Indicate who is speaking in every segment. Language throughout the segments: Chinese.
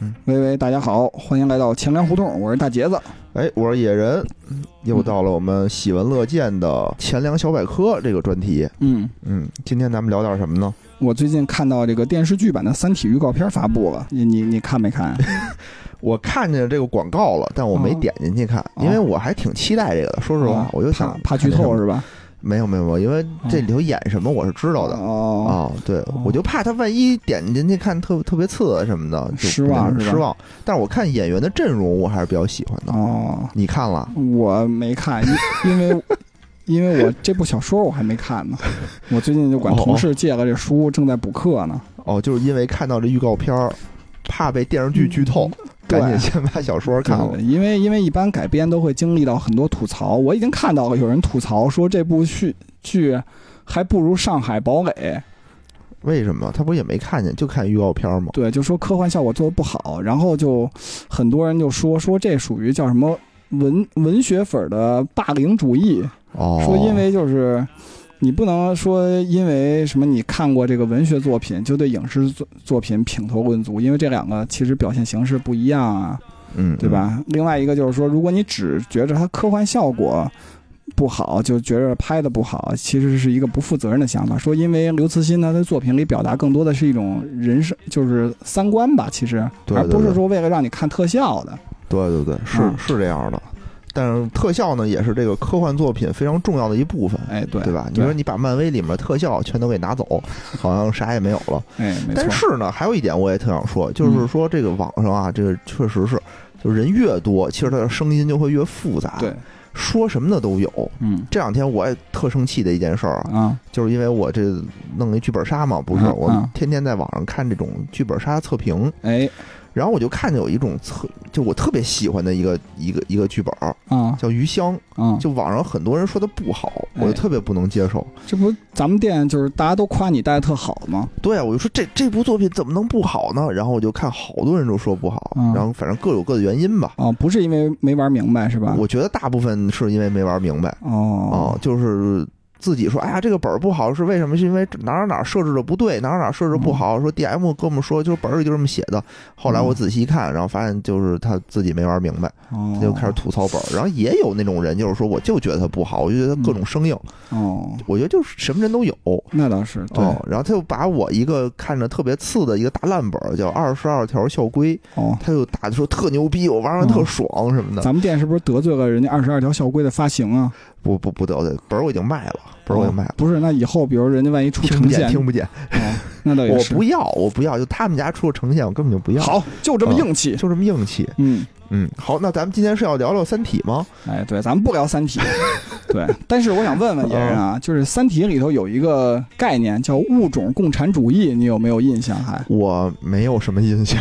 Speaker 1: 嗯，
Speaker 2: 喂喂，大家好，欢迎来到钱粮胡同，我是大杰子。
Speaker 1: 哎，我是野人，
Speaker 2: 嗯
Speaker 1: 又到了我们喜闻乐见的钱粮小百科这个专题。
Speaker 2: 嗯，
Speaker 1: 嗯，今天咱们聊点什么呢？
Speaker 2: 我最近看到这个电视剧版的《三体》预告片发布了，
Speaker 1: 嗯
Speaker 2: 你你你看没看？
Speaker 1: 我看见这个广告了，但我没
Speaker 2: 哦
Speaker 1: 点进去看，因为
Speaker 2: 哦
Speaker 1: 我还挺期待这个的。说实话
Speaker 2: 啊，
Speaker 1: 我就想
Speaker 2: 怕怕剧
Speaker 1: 看这什
Speaker 2: 透
Speaker 1: 么
Speaker 2: 是吧？
Speaker 1: 没有没有没有，因为这里头演什么我是知道的。
Speaker 2: 哦，
Speaker 1: 哦，对，我就怕他万一点进去看特特别次啊什么的，就
Speaker 2: 失望
Speaker 1: 不太
Speaker 2: 是吧
Speaker 1: 失望。但是我看演员的阵容，我还是比较喜欢的。
Speaker 2: 哦，
Speaker 1: 你看了？
Speaker 2: 我没看，因 因为。因为我这部小说我还没看呢， 我最近就管
Speaker 1: 哦
Speaker 2: 同事借了这书，正在补课呢。
Speaker 1: 哦，就是因为看到这预告片儿，怕被电视剧剧透，
Speaker 2: 嗯对
Speaker 1: 赶紧先把小说看了
Speaker 2: 对。因为因为一般改编都会经历到很多吐槽，我已经看到有人吐槽说这部剧剧还不如《上海堡垒》，
Speaker 1: 为什么？他不是也没看见，就看预告片儿吗？
Speaker 2: 对，就说科幻效果做的不好，然后就很多人就说说这属于叫什么文文学粉儿的霸凌主义，
Speaker 1: 哦，
Speaker 2: 说因为就是。你不能说因为什么你看过这个文学作品就对影视作作品品头论足，因为这两个其实表现形式不一样啊。
Speaker 1: 嗯，
Speaker 2: 对吧？另外一个就是说，如果你只觉着它科幻效果不好，就觉着拍的不好，其实是一个不负责任的想法。说因为刘慈欣他的作品里表达更多的是一种人生，就是三观吧，其实
Speaker 1: 对
Speaker 2: 而
Speaker 1: 对
Speaker 2: 不是
Speaker 1: 对
Speaker 2: 说为了让你看特效的。
Speaker 1: 嗯？对对对，是、
Speaker 2: 嗯
Speaker 1: 是这样的。但是特效呢，也是这个科幻作品非常重要的一部分，
Speaker 2: 哎，对，
Speaker 1: 对吧？你说你把漫威里面的特效全都给拿走，好像啥也没有了。
Speaker 2: 哎，没错嗯
Speaker 1: 但，是呢，还有一点我也特想说，就是说这个网上啊，这个确实是，就人越多，其实它的声音就会越复杂，
Speaker 2: 对，，
Speaker 1: 说什么的都有。
Speaker 2: 嗯
Speaker 1: 这两天我也特生气的一件事儿啊，
Speaker 2: 啊，
Speaker 1: 就是因为我这弄了一剧本杀嘛，不是
Speaker 2: 嗯
Speaker 1: 我
Speaker 2: 嗯
Speaker 1: 天天在网上看这种剧本杀测评，
Speaker 2: 哎
Speaker 1: 然后我就看见有一种测，就我特别喜欢的一个一个一个剧本儿
Speaker 2: 啊
Speaker 1: 叫《余香》，
Speaker 2: 啊，
Speaker 1: 就网上很多人说它不好，我就
Speaker 2: 哎
Speaker 1: 特别不能接受。
Speaker 2: 这不咱们店就是大家都夸你带的特好吗？
Speaker 1: 对啊，我就说这这部作品怎么能不好呢？然后我就看好多人都说不好，
Speaker 2: 嗯
Speaker 1: 然后反正各有各的原因吧。
Speaker 2: 啊，不是因为没玩明白是吧？
Speaker 1: 我觉得大部分是因为没玩明白啊、
Speaker 2: 哦
Speaker 1: 就是自己说，哎呀，这个本儿不好是为什么？是因为哪儿哪儿设置的不对，哪儿哪儿设置不好。说 D M 跟我们说，就是本儿里就这么写的。后来我
Speaker 2: 嗯
Speaker 1: 仔细一看，然后发现就是他自己没玩明白，
Speaker 2: 哦
Speaker 1: 他，就开始吐槽本儿。然后也有那种人，就是说我就觉得他不好，我就觉得他
Speaker 2: 嗯
Speaker 1: 各种生硬。
Speaker 2: 哦，
Speaker 1: 我觉得就是什么人都有。
Speaker 2: 那倒是对
Speaker 1: 哦，然后他又把我一个看着特别次的一个大烂本儿，叫《二十二条校规》，
Speaker 2: 哦。
Speaker 1: 他就打的说特牛逼，我玩完特爽什么的。
Speaker 2: 嗯咱们店是不是得罪了人家二十二条校规的发行啊？哦
Speaker 1: 不不不得罪，本儿我已经卖了，本儿我已经卖了，
Speaker 2: 不是，那以后比如人家万一出
Speaker 1: 听不
Speaker 2: 呈
Speaker 1: 见
Speaker 2: 现，
Speaker 1: 听不见，
Speaker 2: 哦，那倒 也
Speaker 1: 我
Speaker 2: 是。
Speaker 1: 不要我不要，就他们家出了呈现，我根本就不要。，哦
Speaker 2: 好，就这么硬气。
Speaker 1: 就这么硬气。
Speaker 2: 嗯，
Speaker 1: 嗯，好，那咱们今天是要聊聊《三体》吗？
Speaker 2: 哎，对，咱们不聊《三 体》，对。但是我想问问野人
Speaker 1: 嗯
Speaker 2: 啊，就是《三体》里头有一个概念叫物种共产主义，你有没有印象还？
Speaker 1: 我没有什么 印象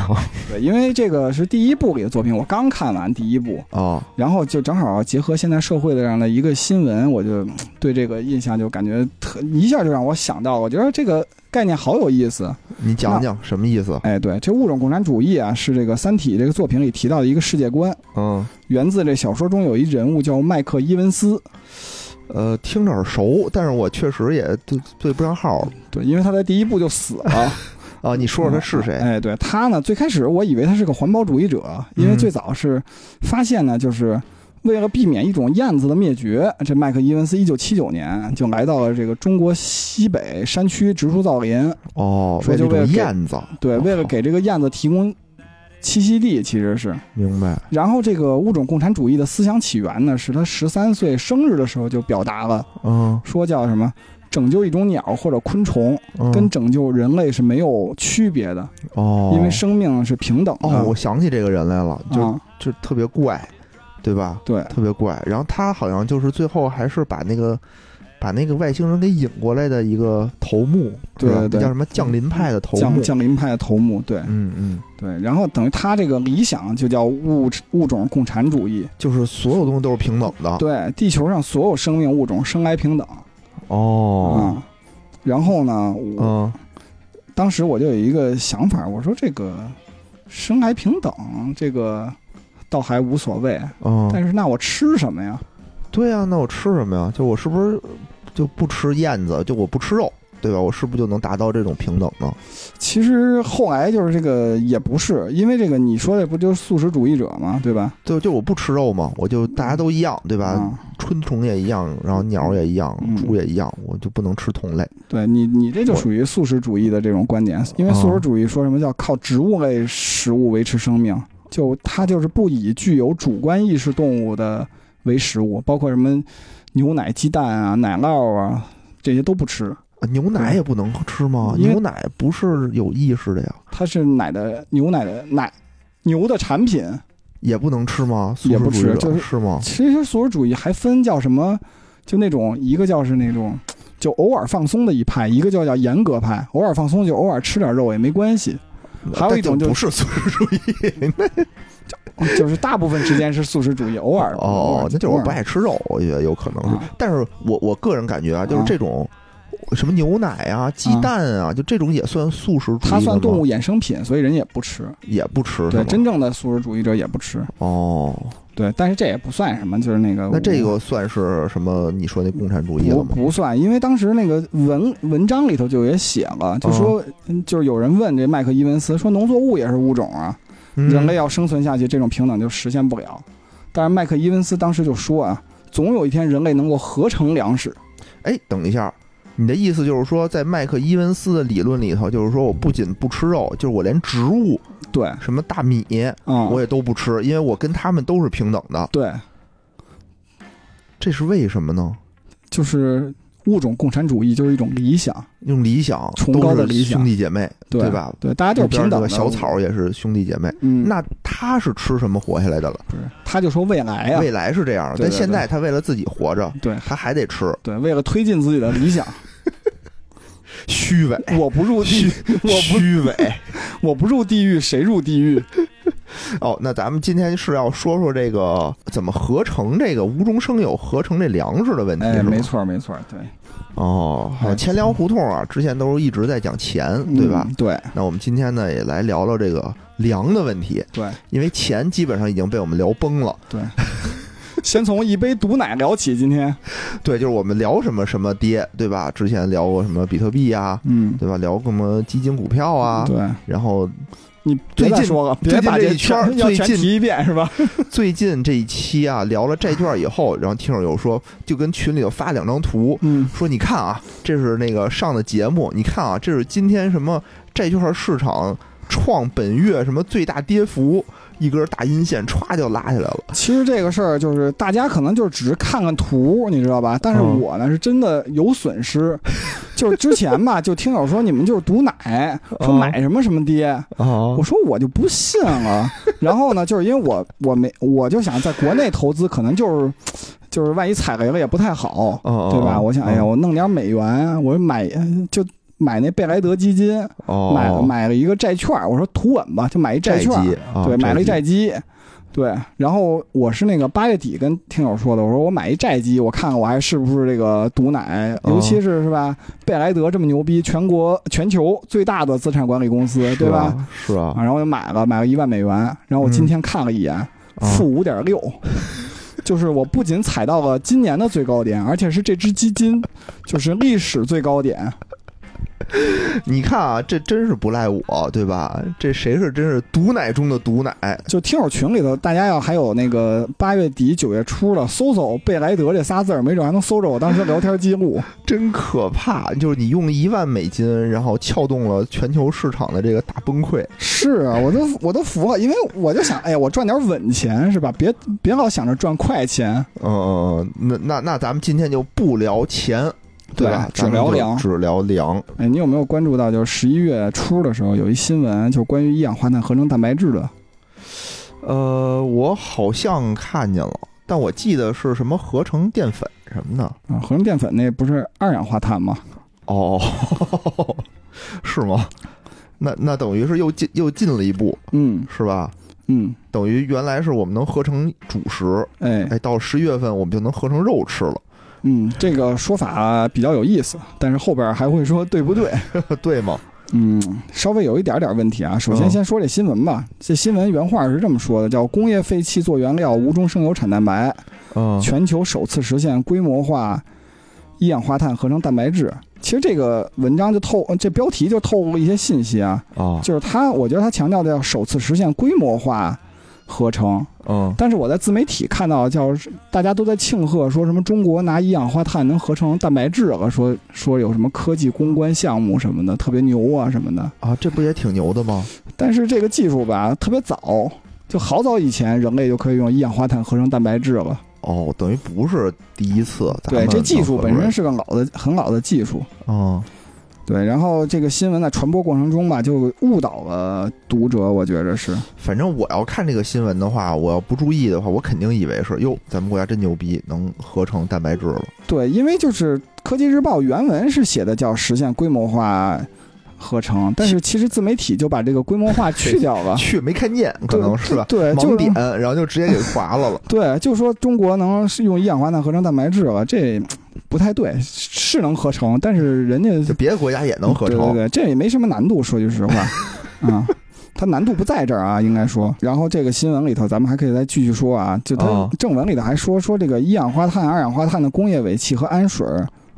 Speaker 2: 对，因为这个是第一部里的作品，我刚看完第一部，
Speaker 1: 哦，
Speaker 2: 然后就正好结合现在社会的这样的一个新闻，我就嗯对这个印象就感觉特一下就让我想到，我觉得这个概念好有意思。啊
Speaker 1: 你讲讲什么意思？
Speaker 2: 哎，对，这物种共产主义啊，是这个《三体》这个作品里提到的一个世界观，
Speaker 1: 嗯，
Speaker 2: 源自这小说中有一人物叫麦克伊文斯，
Speaker 1: 呃，听着耳熟，但是我确实也对对不上号了
Speaker 2: 对，因为他在第一部就死了。
Speaker 1: 啊。你说说他是谁？
Speaker 2: 哎，对他呢，最开始我以为他是个环保主义者，因为
Speaker 1: 嗯
Speaker 2: 最早是发现呢，就是。为了避免一种燕子的灭绝，这麦克伊文斯一九七九年就来到了这个中国西北山区植树造林。
Speaker 1: 哦，
Speaker 2: 说
Speaker 1: 为
Speaker 2: 就
Speaker 1: 了
Speaker 2: 为
Speaker 1: 一
Speaker 2: 了
Speaker 1: 种
Speaker 2: 给
Speaker 1: 燕子，
Speaker 2: 对，
Speaker 1: 哦
Speaker 2: 为了给这个燕子提供栖息地，其实是。
Speaker 1: 明白。
Speaker 2: 然后这个物种共产主义的思想起源呢，是他十三岁生日的时候就表达了，
Speaker 1: 嗯，
Speaker 2: 说叫什么拯救一种鸟或者昆虫，
Speaker 1: 嗯
Speaker 2: 跟拯救人类是没有区别的，
Speaker 1: 哦，
Speaker 2: 因为生命是平等的。
Speaker 1: 哦，我想起这个人来了，就、
Speaker 2: 啊，
Speaker 1: 就特别怪，对吧？
Speaker 2: 对，
Speaker 1: 特别怪。然后他好像就是最后还是把那个把那个外星人给引过来的一个头目，
Speaker 2: 对
Speaker 1: 是吧
Speaker 2: 对对
Speaker 1: 叫什么降临派的头
Speaker 2: 降
Speaker 1: 目。
Speaker 2: 降临派的头目，对
Speaker 1: 嗯嗯，
Speaker 2: 对。然后等于他这个理想就叫物物种共产主义，
Speaker 1: 就是所有东西都是平等的。
Speaker 2: 对地球上所有生命物种生来平等
Speaker 1: 哦，
Speaker 2: 啊。然后呢，我
Speaker 1: 嗯，
Speaker 2: 当时我就有一个想法，我说这个生来平等，这个倒还无所谓，
Speaker 1: 嗯，啊
Speaker 2: 但是那我吃什么呀？
Speaker 1: 对呀、那我吃什么呀？就我是不是就不吃燕子？就我不吃肉，对吧？我是不是就能达到这种平等呢？
Speaker 2: 其实后来就是这个也不是，因为这个你说的不就是素食主义者嘛，对吧？
Speaker 1: 对，就我不吃肉嘛，我就大家都一样，对吧？
Speaker 2: 嗯啊，
Speaker 1: 昆虫也一样，然后鸟也一样，
Speaker 2: 嗯
Speaker 1: 猪也一样，我就不能吃同类。
Speaker 2: 对你你这就属于素食主义的这种观点，因为素食哦主义说什么叫靠植物类食物维持生命，就它就是不以具有主观意识动物的为食物，包括什么牛奶、鸡蛋啊、奶酪啊这些都不吃。
Speaker 1: 啊牛奶也不能吃吗？
Speaker 2: 因为
Speaker 1: 牛奶不是有意识的呀，
Speaker 2: 它是奶的牛奶的奶牛的产品。
Speaker 1: 哦也不能吃吗？素
Speaker 2: 也
Speaker 1: 食
Speaker 2: 不
Speaker 1: 主
Speaker 2: 吃
Speaker 1: 义者
Speaker 2: 就是
Speaker 1: 吗？
Speaker 2: 其实素食主义还分叫什么，就那种一个叫是那种就偶尔放松的一派，一个叫叫严格派，偶尔放松就偶尔吃点肉也没关系， 还有一种
Speaker 1: 但
Speaker 2: 就
Speaker 1: 不是素食主义，
Speaker 2: 就是大部分时间是素食主义，偶尔偶
Speaker 1: 哦
Speaker 2: 尔，
Speaker 1: 那就是我不
Speaker 2: 偶尔
Speaker 1: 爱吃肉，我觉得有可能是。
Speaker 2: 啊
Speaker 1: 但是我我个人感觉啊，就是
Speaker 2: 啊
Speaker 1: 这种什么牛奶啊、鸡蛋啊，就这种也算素食主义的吗
Speaker 2: 它算动物衍生品，所以人也不吃。
Speaker 1: 也不吃，
Speaker 2: 对，
Speaker 1: 是吗
Speaker 2: 真正的素食主义者也不吃。
Speaker 1: 哦。
Speaker 2: 对，但是这也不算什么，就是那个
Speaker 1: 那这个算是什么？你说那共产主义
Speaker 2: 不
Speaker 1: 了吗？
Speaker 2: 不算，因为当时那个文文章里头就也写了，就
Speaker 1: 哦
Speaker 2: 说、嗯就是有人问这麦克伊文斯说农作物也是物种啊，
Speaker 1: 嗯
Speaker 2: 人类要生存下去，这种平等就实现不了。但是麦克伊文斯当时就说啊，总有一天人类能够合成粮食。
Speaker 1: 哎，等一下，你的意思就是说，在麦克伊文斯的理论里头，就是说我不仅不吃肉，就是我连植物
Speaker 2: 对，
Speaker 1: 什么大米
Speaker 2: 嗯，
Speaker 1: 我也都不吃，因为我跟他们都是平等的。
Speaker 2: 对，
Speaker 1: 这是为什么呢？
Speaker 2: 就是物种共产主义就是一种理想，
Speaker 1: 用理想，
Speaker 2: 崇
Speaker 1: 都
Speaker 2: 高的
Speaker 1: 是
Speaker 2: 理想
Speaker 1: 兄弟姐妹，
Speaker 2: 对
Speaker 1: 对吧？
Speaker 2: 对，大家就是平等的。
Speaker 1: 那边那个小，草也是兄弟姐妹。
Speaker 2: 嗯，
Speaker 1: 那他是吃什么活下来的了？
Speaker 2: 不是，他就说未来啊，
Speaker 1: 未来是这样的，
Speaker 2: 对对
Speaker 1: 但现在他为了自己活着，
Speaker 2: 对
Speaker 1: 他还得吃，
Speaker 2: 对，为了推进自己的理想，
Speaker 1: 虚伪，
Speaker 2: 我不入地
Speaker 1: 虚
Speaker 2: 狱， 我
Speaker 1: 虚伪。
Speaker 2: 不我不入地狱，谁入地狱？
Speaker 1: 哦，那咱们今天是要说说这个怎么合成这个无中生有合成这粮食的问题，
Speaker 2: 哎，
Speaker 1: 是吗
Speaker 2: 没。错没错，对，
Speaker 1: 哦，好，钱粮胡同啊，之前都是一直在讲钱，对吧？
Speaker 2: 嗯对
Speaker 1: 那我们今天呢，也来聊聊这个粮的问题，
Speaker 2: 对
Speaker 1: 因为钱基本上已经被我们聊崩了。
Speaker 2: 对，先从一杯毒奶聊起，今天，
Speaker 1: 对，就是我们聊什么什么跌，对吧？之前聊过什么比特币啊，
Speaker 2: 嗯，
Speaker 1: 对吧？聊过什么基金、股票啊，
Speaker 2: 对。
Speaker 1: 然后
Speaker 2: 你别
Speaker 1: 最
Speaker 2: 再
Speaker 1: 近
Speaker 2: 说了，
Speaker 1: 最
Speaker 2: 别
Speaker 1: 近
Speaker 2: 把
Speaker 1: 这
Speaker 2: 这
Speaker 1: 一圈儿
Speaker 2: 全要
Speaker 1: 最
Speaker 2: 全
Speaker 1: 近
Speaker 2: 提一遍是吧？
Speaker 1: 最近这一期啊，聊了债券以后，然后听友有说，就跟群里头发两张图，
Speaker 2: 嗯，
Speaker 1: 说你看啊，这是那个上的节目，你看啊，这是今天什么债券市场创本月什么最大跌幅，一根大阴线歘就拉起来了。
Speaker 2: 其实这个事儿就是大家可能就只是看看图，你知道吧？但是
Speaker 1: 嗯
Speaker 2: 我呢是真的有损 失，就是之前吧，就听友说你们就是毒奶，说
Speaker 1: 嗯
Speaker 2: 买什么什么跌，
Speaker 1: 啊
Speaker 2: 我说我就不信 了。然后呢，就是因为我我没我就想在国内投资，可能就是就是万一踩雷了也不太好，
Speaker 1: 哦，
Speaker 2: 对吧？我想，哎呀，
Speaker 1: 哦
Speaker 2: 我弄点美元，啊我买呃就买那贝莱德基金，
Speaker 1: 哦，
Speaker 2: 买了买了一个债券儿，我说图稳吧，就买一债
Speaker 1: 债
Speaker 2: 券儿，
Speaker 1: 基，啊
Speaker 2: 对，买了一
Speaker 1: 基
Speaker 2: 债基，对。然后我是那个八月底跟听友说的，我说我买一债基，我看看我还是不是这个毒奶，
Speaker 1: 哦
Speaker 2: 尤其是是吧，贝莱德这么牛逼，全国全球最大的资产管理公司，对吧？？
Speaker 1: 是啊
Speaker 2: 啊，然后我就买了，买了一万美元，然后我今天看了一眼，
Speaker 1: 是啊，
Speaker 2: 负五点六。就是我不仅踩到了今年的最高点，而且是这只基金就是历史最高点。
Speaker 1: 你看啊，这真是不赖我，对吧？这谁是真是毒奶中的毒奶？
Speaker 2: 就听友群里头，大家要还有那个八月底九月初了，搜搜贝莱德这仨字儿，没准还能搜着我当时聊天记录。
Speaker 1: 真可怕！就是你用一万美金，然后撬动了全球市场的这个大崩溃。
Speaker 2: 是啊，我都我都服了，因为我就想，哎呀，我赚点稳钱是吧？别别老想着赚快钱。
Speaker 1: 嗯嗯，嗯，那那那咱们今天就不聊钱，
Speaker 2: 对啊
Speaker 1: 吧？
Speaker 2: 只聊粮
Speaker 1: 咱们就只聊粮。
Speaker 2: 哎，你有没有关注到，就是十一月初的时候有一新闻，就是关于一氧化碳合成蛋白质的？
Speaker 1: 呃，我好像看见了，但我记得是什么合成淀粉什么的。
Speaker 2: 啊，合成淀粉那不是二氧化碳吗？
Speaker 1: 哦， 是吗？那那等于是又进又进了一步，
Speaker 2: 嗯
Speaker 1: 是吧？
Speaker 2: 嗯，
Speaker 1: 等于原来是我们能合成主食，
Speaker 2: 哎
Speaker 1: 哎，到十一月份我们就能合成肉吃了，
Speaker 2: 嗯，这个说法比较有意思，但是后边还会说对不对？
Speaker 1: 对吗？
Speaker 2: 嗯，稍微有一点点问题啊。首先，
Speaker 1: 嗯
Speaker 2: 先说这新闻吧。这新闻原话是这么说的：叫“工业废气做原料，无中生有产蛋白，
Speaker 1: 嗯
Speaker 2: 全球首次实现规模化一氧化碳合成蛋白质。其实这个文章就透，这标题就透露一些信息啊，
Speaker 1: 啊，
Speaker 2: 就是他，我觉得他强调的要首次实现规模化合成，
Speaker 1: 嗯
Speaker 2: 但是我在自媒体看到叫大家都在庆贺，说什么中国拿一氧化碳能合成蛋白质了，说说有什么科技攻关项目什么的，特别牛啊什么的。
Speaker 1: 啊，这不也挺牛的吗？
Speaker 2: 但是这个技术吧，特别早，就好早以前人类就可以用一氧化碳合成蛋白质了。
Speaker 1: 哦，等于不是第一次，咱
Speaker 2: 对，
Speaker 1: 们
Speaker 2: 这技术
Speaker 1: 能合
Speaker 2: 本
Speaker 1: 出来
Speaker 2: 身是个老的很老的技术。
Speaker 1: 嗯
Speaker 2: 对，然后这个新闻在传播过程中吧，就误导了读者，我觉着是。
Speaker 1: 反正我要看这个新闻的话，我要不注意的话，我肯定以为是哟，咱们国家真牛逼，能合成蛋白质了。，
Speaker 2: 对，因为就是《科技日报》原文是写的叫实现规模化合成，但是其实自媒体就把这个规模化去掉了
Speaker 1: 去没看见，可
Speaker 2: 啊对
Speaker 1: 能是吧？
Speaker 2: 对，
Speaker 1: 盲
Speaker 2: 就是
Speaker 1: 点，然后就直接给划了了。
Speaker 2: 对，就说中国能是用一氧化碳合成蛋白质了，这不太对，是能合成，但是人家
Speaker 1: 就别的国家也能合成，
Speaker 2: 对对对，这也没什么难度，说句 实话，啊、它难度不在这儿啊，应该说。然后这个新闻里头，咱们还可以再继续说啊，就它
Speaker 1: 哦
Speaker 2: 正文里头还说说这个一氧化碳、二氧化碳的工业尾气和氨水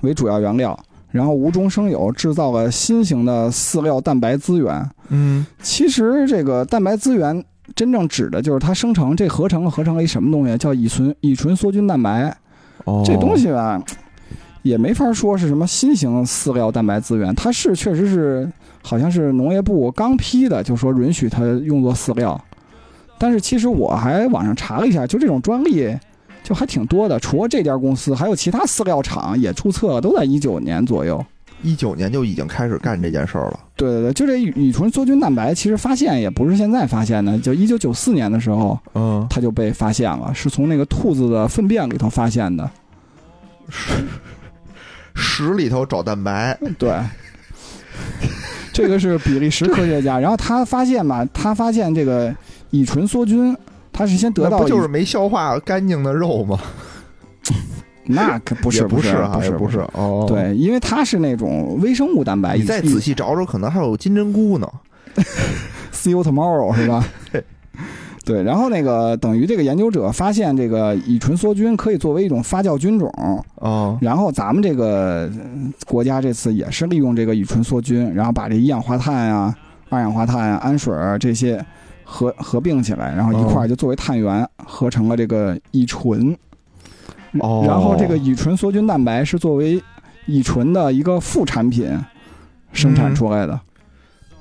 Speaker 2: 为主要原料，然后无中生有制造了新型的饲料蛋白资源。
Speaker 1: 嗯，
Speaker 2: 其实这个蛋白资源真正指的就是它生成这合成合成了一什么东西，叫乙醇乙醇缩菌蛋白。
Speaker 1: 哦
Speaker 2: 这东西吧，也没法说是什么新型饲料蛋白资源，它是确实是好像是农业部刚批的，就说允许它用作饲料。但是其实我还网上查了一下，就这种专利就还挺多的，除了这家公司，还有其他饲料厂也注册了，都在一九年左右。
Speaker 1: 一九年就已经开始干这件事儿了。
Speaker 2: 对对对，就这乙醇梭菌蛋白，其实发现也不是现在发现的，就一九九四年的时候
Speaker 1: 嗯，
Speaker 2: 它就被发现了，是从那个兔子的粪便里头发现的。
Speaker 1: 屎里头找蛋白，
Speaker 2: 对，这个是比利时科学家，然后他发现嘛，他发现这个乙醇梭菌，他是先得
Speaker 1: 那
Speaker 2: 到
Speaker 1: 不
Speaker 2: 乙
Speaker 1: 就是没消化干净的肉吗？
Speaker 2: 那可不
Speaker 1: 也
Speaker 2: 是
Speaker 1: 不
Speaker 2: 是
Speaker 1: 啊，
Speaker 2: 不
Speaker 1: 也
Speaker 2: 是
Speaker 1: 不是。哦，，
Speaker 2: 对，哎因为它是那种微生物蛋白，
Speaker 1: 你再仔细找找，可能还有金针菇呢。
Speaker 2: See you tomorrow 是吧？ 对，然后那个等于这个研究者发现这个乙醇梭菌可以作为一种发酵菌种，
Speaker 1: 哦，
Speaker 2: 然后咱们这个呃国家这次也是利用这个乙醇梭菌，然后把这一氧化碳啊、二氧化碳啊、氨水啊这些合合并起来，然后一块儿就作为碳源合成了这个乙醇。
Speaker 1: 哦
Speaker 2: 然后这个乙醇梭菌蛋白是作为乙醇的一个副产品生产出来的。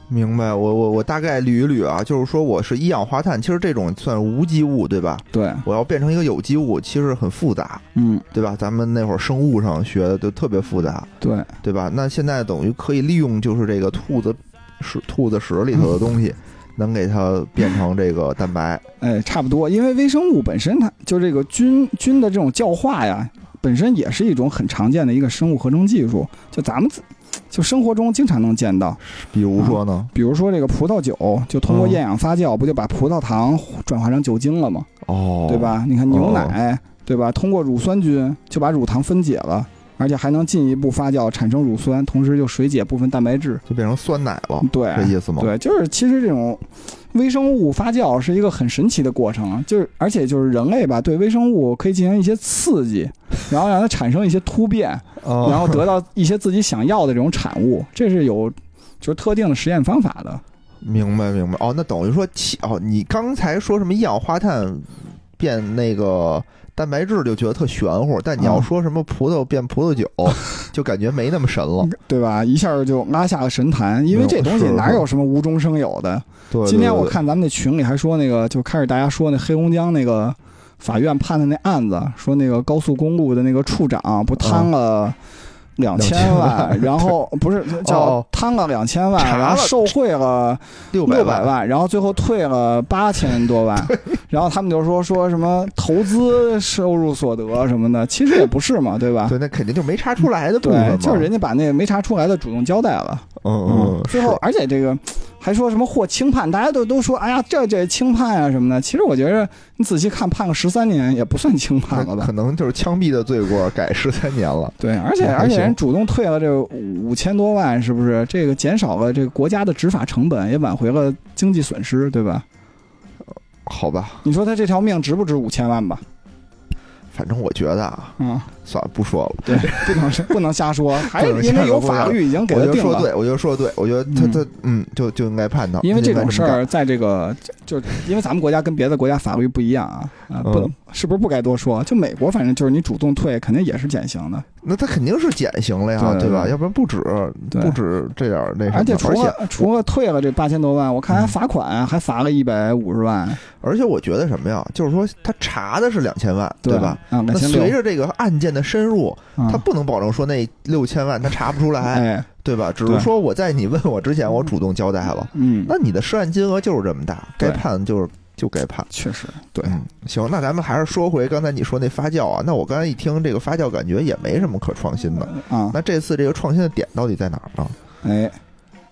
Speaker 1: 明白。我我我大概捋一捋啊，就是说我是一氧化碳，其实这种算是无机物，对吧？
Speaker 2: 对，
Speaker 1: 我要变成一个有机物，其实很复杂，
Speaker 2: 嗯，
Speaker 1: 对吧？咱们那会儿生物上学的就特别复杂，
Speaker 2: 对，
Speaker 1: 对吧？那现在等于可以利用就是这个兔子屎、兔子屎里头的东西，
Speaker 2: 嗯
Speaker 1: 能给它变成这个蛋白。
Speaker 2: 哎，差不多，因为微生物本身它就这个菌菌的这种教化呀，本身也是一种很常见的一个生物合成技术，就咱们自就生活中经常能见到。啊
Speaker 1: 比如说呢？
Speaker 2: 比如说这个葡萄酒，就通过
Speaker 1: 嗯
Speaker 2: 厌氧发酵，不就把葡萄糖转化成酒精了吗？
Speaker 1: 哦，
Speaker 2: 对？吧？你看牛奶，对吧？通过乳酸菌就把乳糖分解了，而且还能进一步发酵产生乳酸，同时就水解部分蛋白质。
Speaker 1: 就变成酸奶了，
Speaker 2: 对，
Speaker 1: 这意思吗？，
Speaker 2: 嗯对，就是其实这种微生物发酵是一个很神奇的过程，啊就是而且就是人类吧，对微生物可以进行一些刺激，然后让它产生一些突变，
Speaker 1: 哦、
Speaker 2: 然后得 到一些自己想要的这种产物，这是有就是特定的实验方法的。
Speaker 1: 明白明白。哦，那等于说气哦，你刚才说什么一氧化碳变那个蛋白质就觉得特玄乎，但你要
Speaker 2: 啊
Speaker 1: 说什么葡萄变葡萄酒，
Speaker 2: 嗯
Speaker 1: 就感觉没那么神了。
Speaker 2: 对吧？一下就拉下了神坛，因为这东西
Speaker 1: 哦没有是
Speaker 2: 哪有什么无中生有的？
Speaker 1: 对，
Speaker 2: 今天
Speaker 1: 对
Speaker 2: 我
Speaker 1: 对
Speaker 2: 看咱们那群里还说那个，就开始大家说那黑龙江那个法院判的那案子，说那个高速公路的那个处长不贪了两千万，然后不是叫
Speaker 1: 哦
Speaker 2: 贪了两千万，
Speaker 1: 查了
Speaker 2: 然后受贿了
Speaker 1: 六
Speaker 2: 六
Speaker 1: 万
Speaker 2: 百万，然后最后退了八千多万，然后他们就说说什么投资收入所得什么的，其实也不是嘛，对吧？
Speaker 1: 对，那肯定就没查出来的部分
Speaker 2: 对
Speaker 1: 嘛，，
Speaker 2: 就是人家把那没查出来的主动交代了。
Speaker 1: 嗯嗯，
Speaker 2: 最后
Speaker 1: 是
Speaker 2: 而且这个还说什么获轻判，大家都都说哎呀这这轻判啊什么的。其实我觉着你仔细看，判个十三年也不算轻判了
Speaker 1: 那
Speaker 2: 吧
Speaker 1: 可？能就是枪毙的罪过改十三年了。
Speaker 2: 对，而且
Speaker 1: 还
Speaker 2: 而且
Speaker 1: 行
Speaker 2: 人主动退了这五千多万，是不是？这个减少了这个国家的执法成本，也挽回了经济损失，对吧？
Speaker 1: 好吧，
Speaker 2: 你说他这条命值不值五千万吧？
Speaker 1: 反正我觉得啊，
Speaker 2: 嗯，
Speaker 1: 算了，不说了。
Speaker 2: 对，不能是不能瞎说，还
Speaker 1: 不能瞎
Speaker 2: 因为有
Speaker 1: 说
Speaker 2: 法律已经给
Speaker 1: 我
Speaker 2: 他
Speaker 1: 觉得
Speaker 2: 定
Speaker 1: 说
Speaker 2: 了
Speaker 1: 得。对，我觉得说得对，我觉得他
Speaker 2: 嗯
Speaker 1: 他嗯，就就应该判他，
Speaker 2: 因为这
Speaker 1: 应该
Speaker 2: 种
Speaker 1: 么
Speaker 2: 事
Speaker 1: 干
Speaker 2: 儿，在这个就就因为咱们国家跟别的国家法律不一样啊，啊，不
Speaker 1: 嗯
Speaker 2: 能是不是不该多说？就美国，反正就是你主动退，肯定也是减刑的，
Speaker 1: 那他肯定是减刑了呀，
Speaker 2: 对对
Speaker 1: 吧？
Speaker 2: 对
Speaker 1: 要不然不止
Speaker 2: 对
Speaker 1: 嗯不止这点儿那什么，
Speaker 2: 而
Speaker 1: 而
Speaker 2: 且除了除了退了这八千多万，我看
Speaker 1: 嗯
Speaker 2: 还罚款，还罚了一百五十万，
Speaker 1: 而且我觉得什么呀，就是说他查的是两千万，对吧？？
Speaker 2: 啊，
Speaker 1: 那
Speaker 2: 两千
Speaker 1: 随
Speaker 2: 六，
Speaker 1: 着这个案件的深入，
Speaker 2: 他
Speaker 1: 他不能保证说那六千万他查不出来，
Speaker 2: 哎，
Speaker 1: 对吧？只是
Speaker 2: 对
Speaker 1: 说我在你问我之前，我主动交代了，
Speaker 2: 嗯，
Speaker 1: 那你的涉案金额就是这么大，该
Speaker 2: 对
Speaker 1: 判就是就该判。
Speaker 2: 确实对，
Speaker 1: 嗯，行，那咱们还是说回刚才你说那发酵啊，那我刚才一听这个发酵，感觉也没什么可创新的。
Speaker 2: 啊，
Speaker 1: 那这次这个创新的点到底在哪儿呢？
Speaker 2: 哎，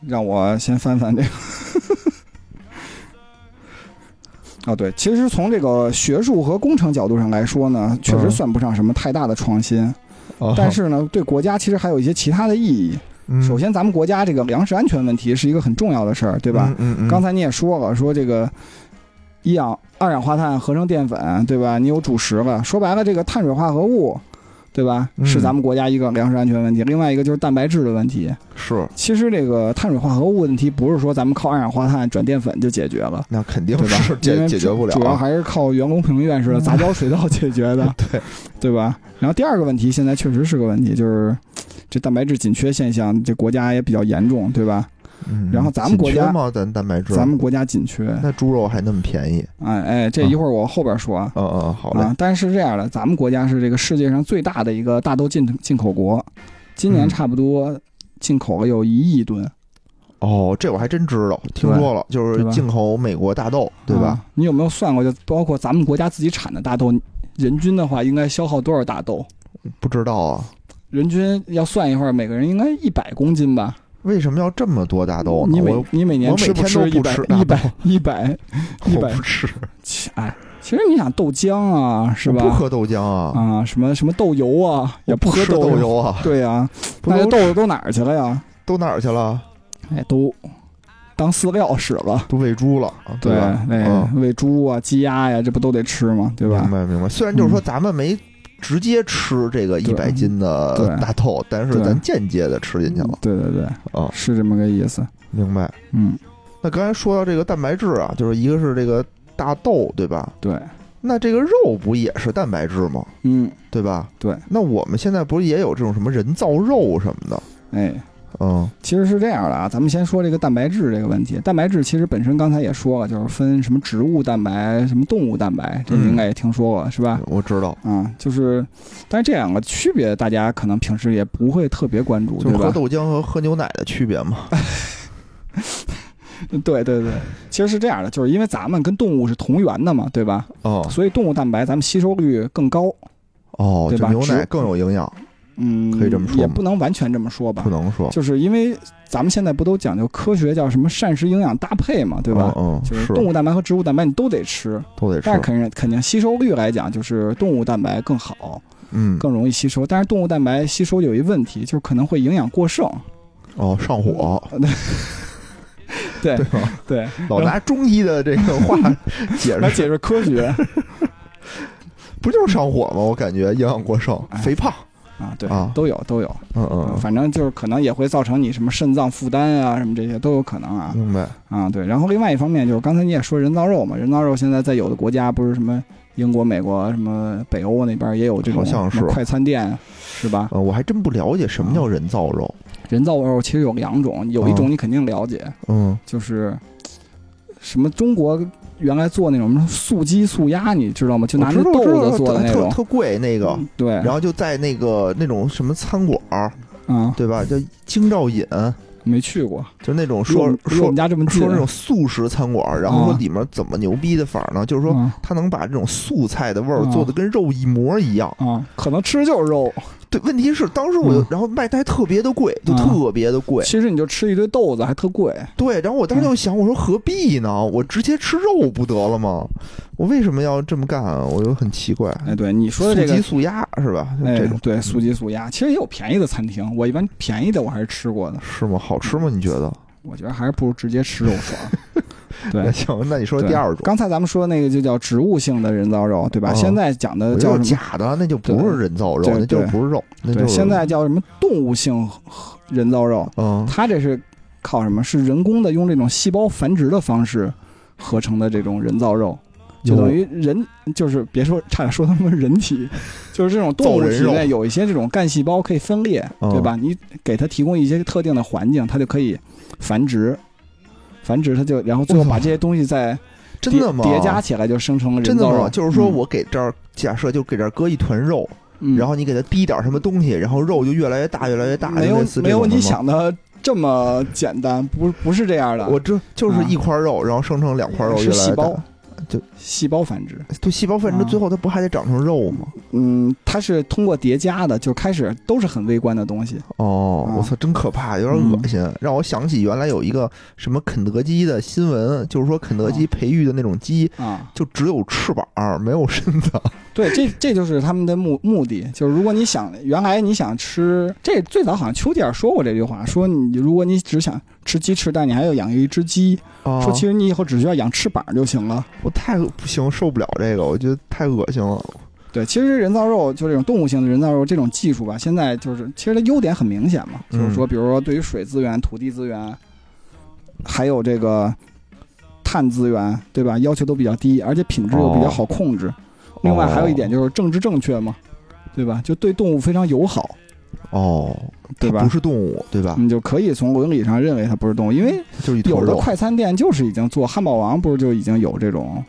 Speaker 2: 让我先翻翻这个。啊，对，其实从这个学术和工程角度上来说呢，确实
Speaker 1: 嗯
Speaker 2: 算不上什么太大的创新。但是呢，对国家其实还有一些其他的意义。
Speaker 1: 哦嗯，
Speaker 2: 首先，咱们国家这个粮食安全问题是一个很重要的事儿，对
Speaker 1: 对
Speaker 2: 吧？？
Speaker 1: 嗯嗯，
Speaker 2: 刚才你也说了，说这个一氧二氧化碳合成淀粉，对吧？你有主食了，说白了，这个碳水化合物，对吧？
Speaker 1: 嗯
Speaker 2: 是咱们国家一个粮食安全问题。另外一个就是蛋白质的问题。
Speaker 1: 是
Speaker 2: 其实这个碳水化合物问题，不是说咱们靠二氧化碳转淀粉就解决了。
Speaker 1: 那肯定
Speaker 2: 对吧
Speaker 1: 是？
Speaker 2: 因
Speaker 1: 解
Speaker 2: 为
Speaker 1: 解决不了
Speaker 2: 主要
Speaker 1: 啊。
Speaker 2: 还是靠袁隆平院士的 杂交水稻解决的，
Speaker 1: 对
Speaker 2: 对吧？然后第二个问题，现在确实是个问题，就是这蛋白质紧缺现象，这国家也比较严重，对吧？
Speaker 1: 嗯
Speaker 2: 然后咱们国家
Speaker 1: 紧缺吗？咱蛋白质，
Speaker 2: 咱们国家紧缺，
Speaker 1: 那猪肉还那么便宜？
Speaker 2: 哎哎，这一会儿我后边说啊。
Speaker 1: 嗯嗯，好嘞
Speaker 2: 啊，，但是这样的，咱们国家是这个世界上最大的一个大豆进进口国，今年
Speaker 1: 嗯
Speaker 2: 差不多进口了有一亿吨，
Speaker 1: 哦，这我还真知道，听说了，就是
Speaker 2: 对吧
Speaker 1: 进口美国大豆，对吧？
Speaker 2: 啊你有没有算过，就包括咱们国家自己产的大豆，人均的话应该消耗多少大豆？
Speaker 1: 不知道啊，
Speaker 2: 人均要算一会儿，每个人应该一百公斤吧？
Speaker 1: 为什么要这么多大豆呢？啊
Speaker 2: 你
Speaker 1: 我
Speaker 2: 每你每年
Speaker 1: 我每
Speaker 2: 吃不
Speaker 1: 天都
Speaker 2: 吃一
Speaker 1: 不
Speaker 2: 百
Speaker 1: 吃
Speaker 2: 一
Speaker 1: 大豆
Speaker 2: 百 一百？一
Speaker 1: 我
Speaker 2: 百
Speaker 1: 不吃，
Speaker 2: 切哎，其实你想豆浆啊，是
Speaker 1: 我不
Speaker 2: 吧？
Speaker 1: 喝豆浆啊，
Speaker 2: 啊，什么什么豆油啊，也
Speaker 1: 不
Speaker 2: 喝
Speaker 1: 吃豆。油啊，
Speaker 2: 对呀，
Speaker 1: 不
Speaker 2: 那
Speaker 1: 都
Speaker 2: 这豆子都哪儿去了呀？
Speaker 1: 都哪儿去了？
Speaker 2: 哎，都当饲料使了。
Speaker 1: 都喂猪了，
Speaker 2: 对，
Speaker 1: 吧？
Speaker 2: 那
Speaker 1: 嗯，
Speaker 2: 喂猪啊、鸡鸭呀，这不都得吃吗？对吧嗯
Speaker 1: 明？白明白。虽然就是说咱们没。直接吃这个一百
Speaker 2: 对
Speaker 1: 斤的
Speaker 2: 对
Speaker 1: 大豆，但是
Speaker 2: 对
Speaker 1: 咱间接的吃进去了。
Speaker 2: 嗯对对对，
Speaker 1: 哦
Speaker 2: 是这么个意思。
Speaker 1: 明白。
Speaker 2: 嗯，
Speaker 1: 那刚才说到这个蛋白质啊，就是一个是这个大豆，对吧？
Speaker 2: 对，
Speaker 1: 那这个肉不也是蛋白质吗？
Speaker 2: 嗯，
Speaker 1: 对吧？
Speaker 2: 对。
Speaker 1: 那我们现在不是也有这种什么人造肉什么的？
Speaker 2: 哎，
Speaker 1: 嗯
Speaker 2: 其实是这样的啊，咱们先说这个蛋白质这个问题。蛋白质其实本身刚才也说了，就是分什么植物蛋白、什么动物蛋白，这你应该也听说过、是吧？
Speaker 1: 我知道，
Speaker 2: 嗯，就是，但是这两个区别大家可能平时也不会特别关注，
Speaker 1: 就
Speaker 2: 对
Speaker 1: 是喝
Speaker 2: 吧？
Speaker 1: 豆浆和喝牛奶的区 别嘛。
Speaker 2: 对对对，其实是这样的，就是因为咱们跟动物是同源的嘛，对吧？
Speaker 1: 哦
Speaker 2: 所以动物蛋白咱们吸收率更高。
Speaker 1: 哦，
Speaker 2: 对
Speaker 1: 就
Speaker 2: 吧
Speaker 1: 牛奶
Speaker 2: 只
Speaker 1: 更有营养，
Speaker 2: 嗯，
Speaker 1: 可以这么说吗
Speaker 2: 也不能完全这么说吧
Speaker 1: 不，能哦说
Speaker 2: 啊就是因为咱们现在不都讲究科学叫什么膳食营养搭配嘛，对吧？
Speaker 1: 嗯，嗯
Speaker 2: 就是
Speaker 1: 是
Speaker 2: 动物蛋白和植物蛋白你都得吃，
Speaker 1: 都得吃
Speaker 2: 但是。肯定肯定吸收率来讲，就是动物蛋白更好，
Speaker 1: 嗯，
Speaker 2: 更容易吸收。但是动物蛋白吸收有一问题，就是可能会营养过剩。
Speaker 1: 哦，上火，
Speaker 2: 对
Speaker 1: 对吧？
Speaker 2: 对，
Speaker 1: 老拿中医的这个 话解
Speaker 2: 嗯来
Speaker 1: 释，
Speaker 2: 解释科 学
Speaker 1: 不就是上火吗？我感觉营养过剩，
Speaker 2: 哎
Speaker 1: 肥胖。
Speaker 2: 啊，对
Speaker 1: 啊，
Speaker 2: 都有都有，
Speaker 1: 嗯嗯，
Speaker 2: 反正就是可能也会造成你什么肾脏负担啊，什么这些都有可能啊
Speaker 1: 嗯明白。
Speaker 2: 啊，对。然后另外一方面就是刚才你也说人造肉嘛，人造肉现在在有的国家不是什么英国、美国、什么北欧那边也有这种
Speaker 1: 好像是
Speaker 2: 什么快餐店。是吧？
Speaker 1: 呃，我还真不了解什么叫人造肉。
Speaker 2: 人造肉其实有两种，有一种你肯定了解，
Speaker 1: 嗯，
Speaker 2: 就是什么中国原来做那种什么素鸡素鸭，你知道吗？就拿那
Speaker 1: 我知道
Speaker 2: 豆
Speaker 1: 我知
Speaker 2: 子
Speaker 1: 道
Speaker 2: 做的那
Speaker 1: 特
Speaker 2: 种
Speaker 1: 特，特贵那个。
Speaker 2: 嗯对，
Speaker 1: 然后就在那个那种什么餐馆儿，
Speaker 2: 嗯，
Speaker 1: 对吧？叫京兆尹，
Speaker 2: 没去过，
Speaker 1: 就那
Speaker 2: 离
Speaker 1: 种
Speaker 2: 我
Speaker 1: 说
Speaker 2: 们离我
Speaker 1: 说
Speaker 2: 们家这么近，
Speaker 1: 说那种素食餐馆儿，然后说
Speaker 2: 啊
Speaker 1: 里面怎么牛逼的法儿呢？就是说
Speaker 2: 嗯
Speaker 1: 他能把这种素菜的味儿
Speaker 2: 啊
Speaker 1: 做的跟肉一模一样。
Speaker 2: 啊，可能吃就是肉，
Speaker 1: 对，问题是当时我就
Speaker 2: 嗯，
Speaker 1: 然后卖的还特别的贵，就
Speaker 2: 啊
Speaker 1: 特别的贵。
Speaker 2: 其实你就吃一堆豆子，还特贵。
Speaker 1: 对，然后我当时
Speaker 2: 嗯
Speaker 1: 就想，我说何必呢？我直接吃肉不得了吗？我为什么要这么干啊？我就很奇怪。
Speaker 2: 哎，对你说
Speaker 1: 素
Speaker 2: 的这
Speaker 1: 鸡
Speaker 2: 个，
Speaker 1: 素鸭是吧？就
Speaker 2: 哎
Speaker 1: 这种，嗯
Speaker 2: 对，素鸡素鸭，其实也有便宜的餐厅，我一般便宜的我还是吃过的。
Speaker 1: 是吗？好吃吗？你觉得？
Speaker 2: 我觉得还是不如直接吃肉爽。 对
Speaker 1: 那，行，那你说
Speaker 2: 对
Speaker 1: 第二种，
Speaker 2: 刚才咱们说那个就叫植物性的人造肉，对吧？
Speaker 1: 哦
Speaker 2: 现在讲的
Speaker 1: 我
Speaker 2: 叫
Speaker 1: 觉
Speaker 2: 什
Speaker 1: 得
Speaker 2: 么？
Speaker 1: 假的，那就不是人造肉
Speaker 2: 对，对
Speaker 1: 那就不是肉，那就
Speaker 2: 对，
Speaker 1: 是
Speaker 2: 现在叫什么动物性人造肉？
Speaker 1: 嗯
Speaker 2: 它这是靠什么？是人工的用这种细胞繁殖的方式合成的这种人造肉，就
Speaker 1: 有
Speaker 2: 等于人就是别说差点说他们人体， 就是这种动物
Speaker 1: 造人
Speaker 2: 体
Speaker 1: 肉
Speaker 2: 内有一些这种干细胞可以分裂，
Speaker 1: 嗯
Speaker 2: 对吧？你给它提供一些特定的环境，它就可以繁殖。繁殖它就，然后最后
Speaker 1: 我操
Speaker 2: 把这些东西再叠
Speaker 1: 真的吗？
Speaker 2: 叠加起来，就生成了人
Speaker 1: 真的
Speaker 2: 造
Speaker 1: 吗？
Speaker 2: 肉。
Speaker 1: 就是说
Speaker 2: 嗯
Speaker 1: 我给这儿假设就给这儿搁一团肉，
Speaker 2: 嗯
Speaker 1: 然后你给它滴点儿什么东西，然后肉就越来越大，越来越大，
Speaker 2: 没
Speaker 1: 就
Speaker 2: 有
Speaker 1: 类似这
Speaker 2: 没有
Speaker 1: 种的
Speaker 2: 你
Speaker 1: 吗。
Speaker 2: 想的这么简单，不不是这样的。
Speaker 1: 我这就是一块肉，然后生成两块肉，
Speaker 2: 啊是
Speaker 1: 越来越
Speaker 2: 细
Speaker 1: 大
Speaker 2: 胞，
Speaker 1: 就
Speaker 2: 细胞繁殖。
Speaker 1: 对细胞分
Speaker 2: 啊
Speaker 1: 之最后它不还得长成肉吗？
Speaker 2: 嗯，它是通过叠加的，就开始都是很微观的东西。
Speaker 1: 哦
Speaker 2: 啊，嗯
Speaker 1: 我操，真可怕，有点恶心，让我想起原来有一个什么肯德基的新闻，就是说肯德基培育的那种鸡
Speaker 2: 啊，
Speaker 1: 就只有翅膀没有身 子，
Speaker 2: 对，这这就是他们的目目的，就是如果你想原来你想吃，这最早好像丘吉尔说过这句话，说你如果你只想吃鸡翅，但你还要养一只鸡， 说其
Speaker 1: 啊
Speaker 2: 实你以后只需要养翅膀就行了。
Speaker 1: 我太不行，受不了这个，我觉得太恶心了。
Speaker 2: 对，其实人造肉就这种动物性的人造肉这种技术吧，现在就是其实它优点很明显嘛，
Speaker 1: 嗯
Speaker 2: 就是说，比如说对于水资源、土地资源，还有这个碳资源，对吧？要求都比较低，而且品质又
Speaker 1: 哦
Speaker 2: 比较好控制。另外还有一点就是政治正确嘛，对吧？就对动物非常友好，
Speaker 1: 哦，
Speaker 2: 对
Speaker 1: 它
Speaker 2: 吧嗯
Speaker 1: 不？是动物，对吧？
Speaker 2: 你就可以从伦理上认为它不是动物，因为
Speaker 1: 就是一
Speaker 2: 有
Speaker 1: 坨
Speaker 2: 的
Speaker 1: 肉。
Speaker 2: 快餐店就是已经做汉堡王，不是就已经有这种，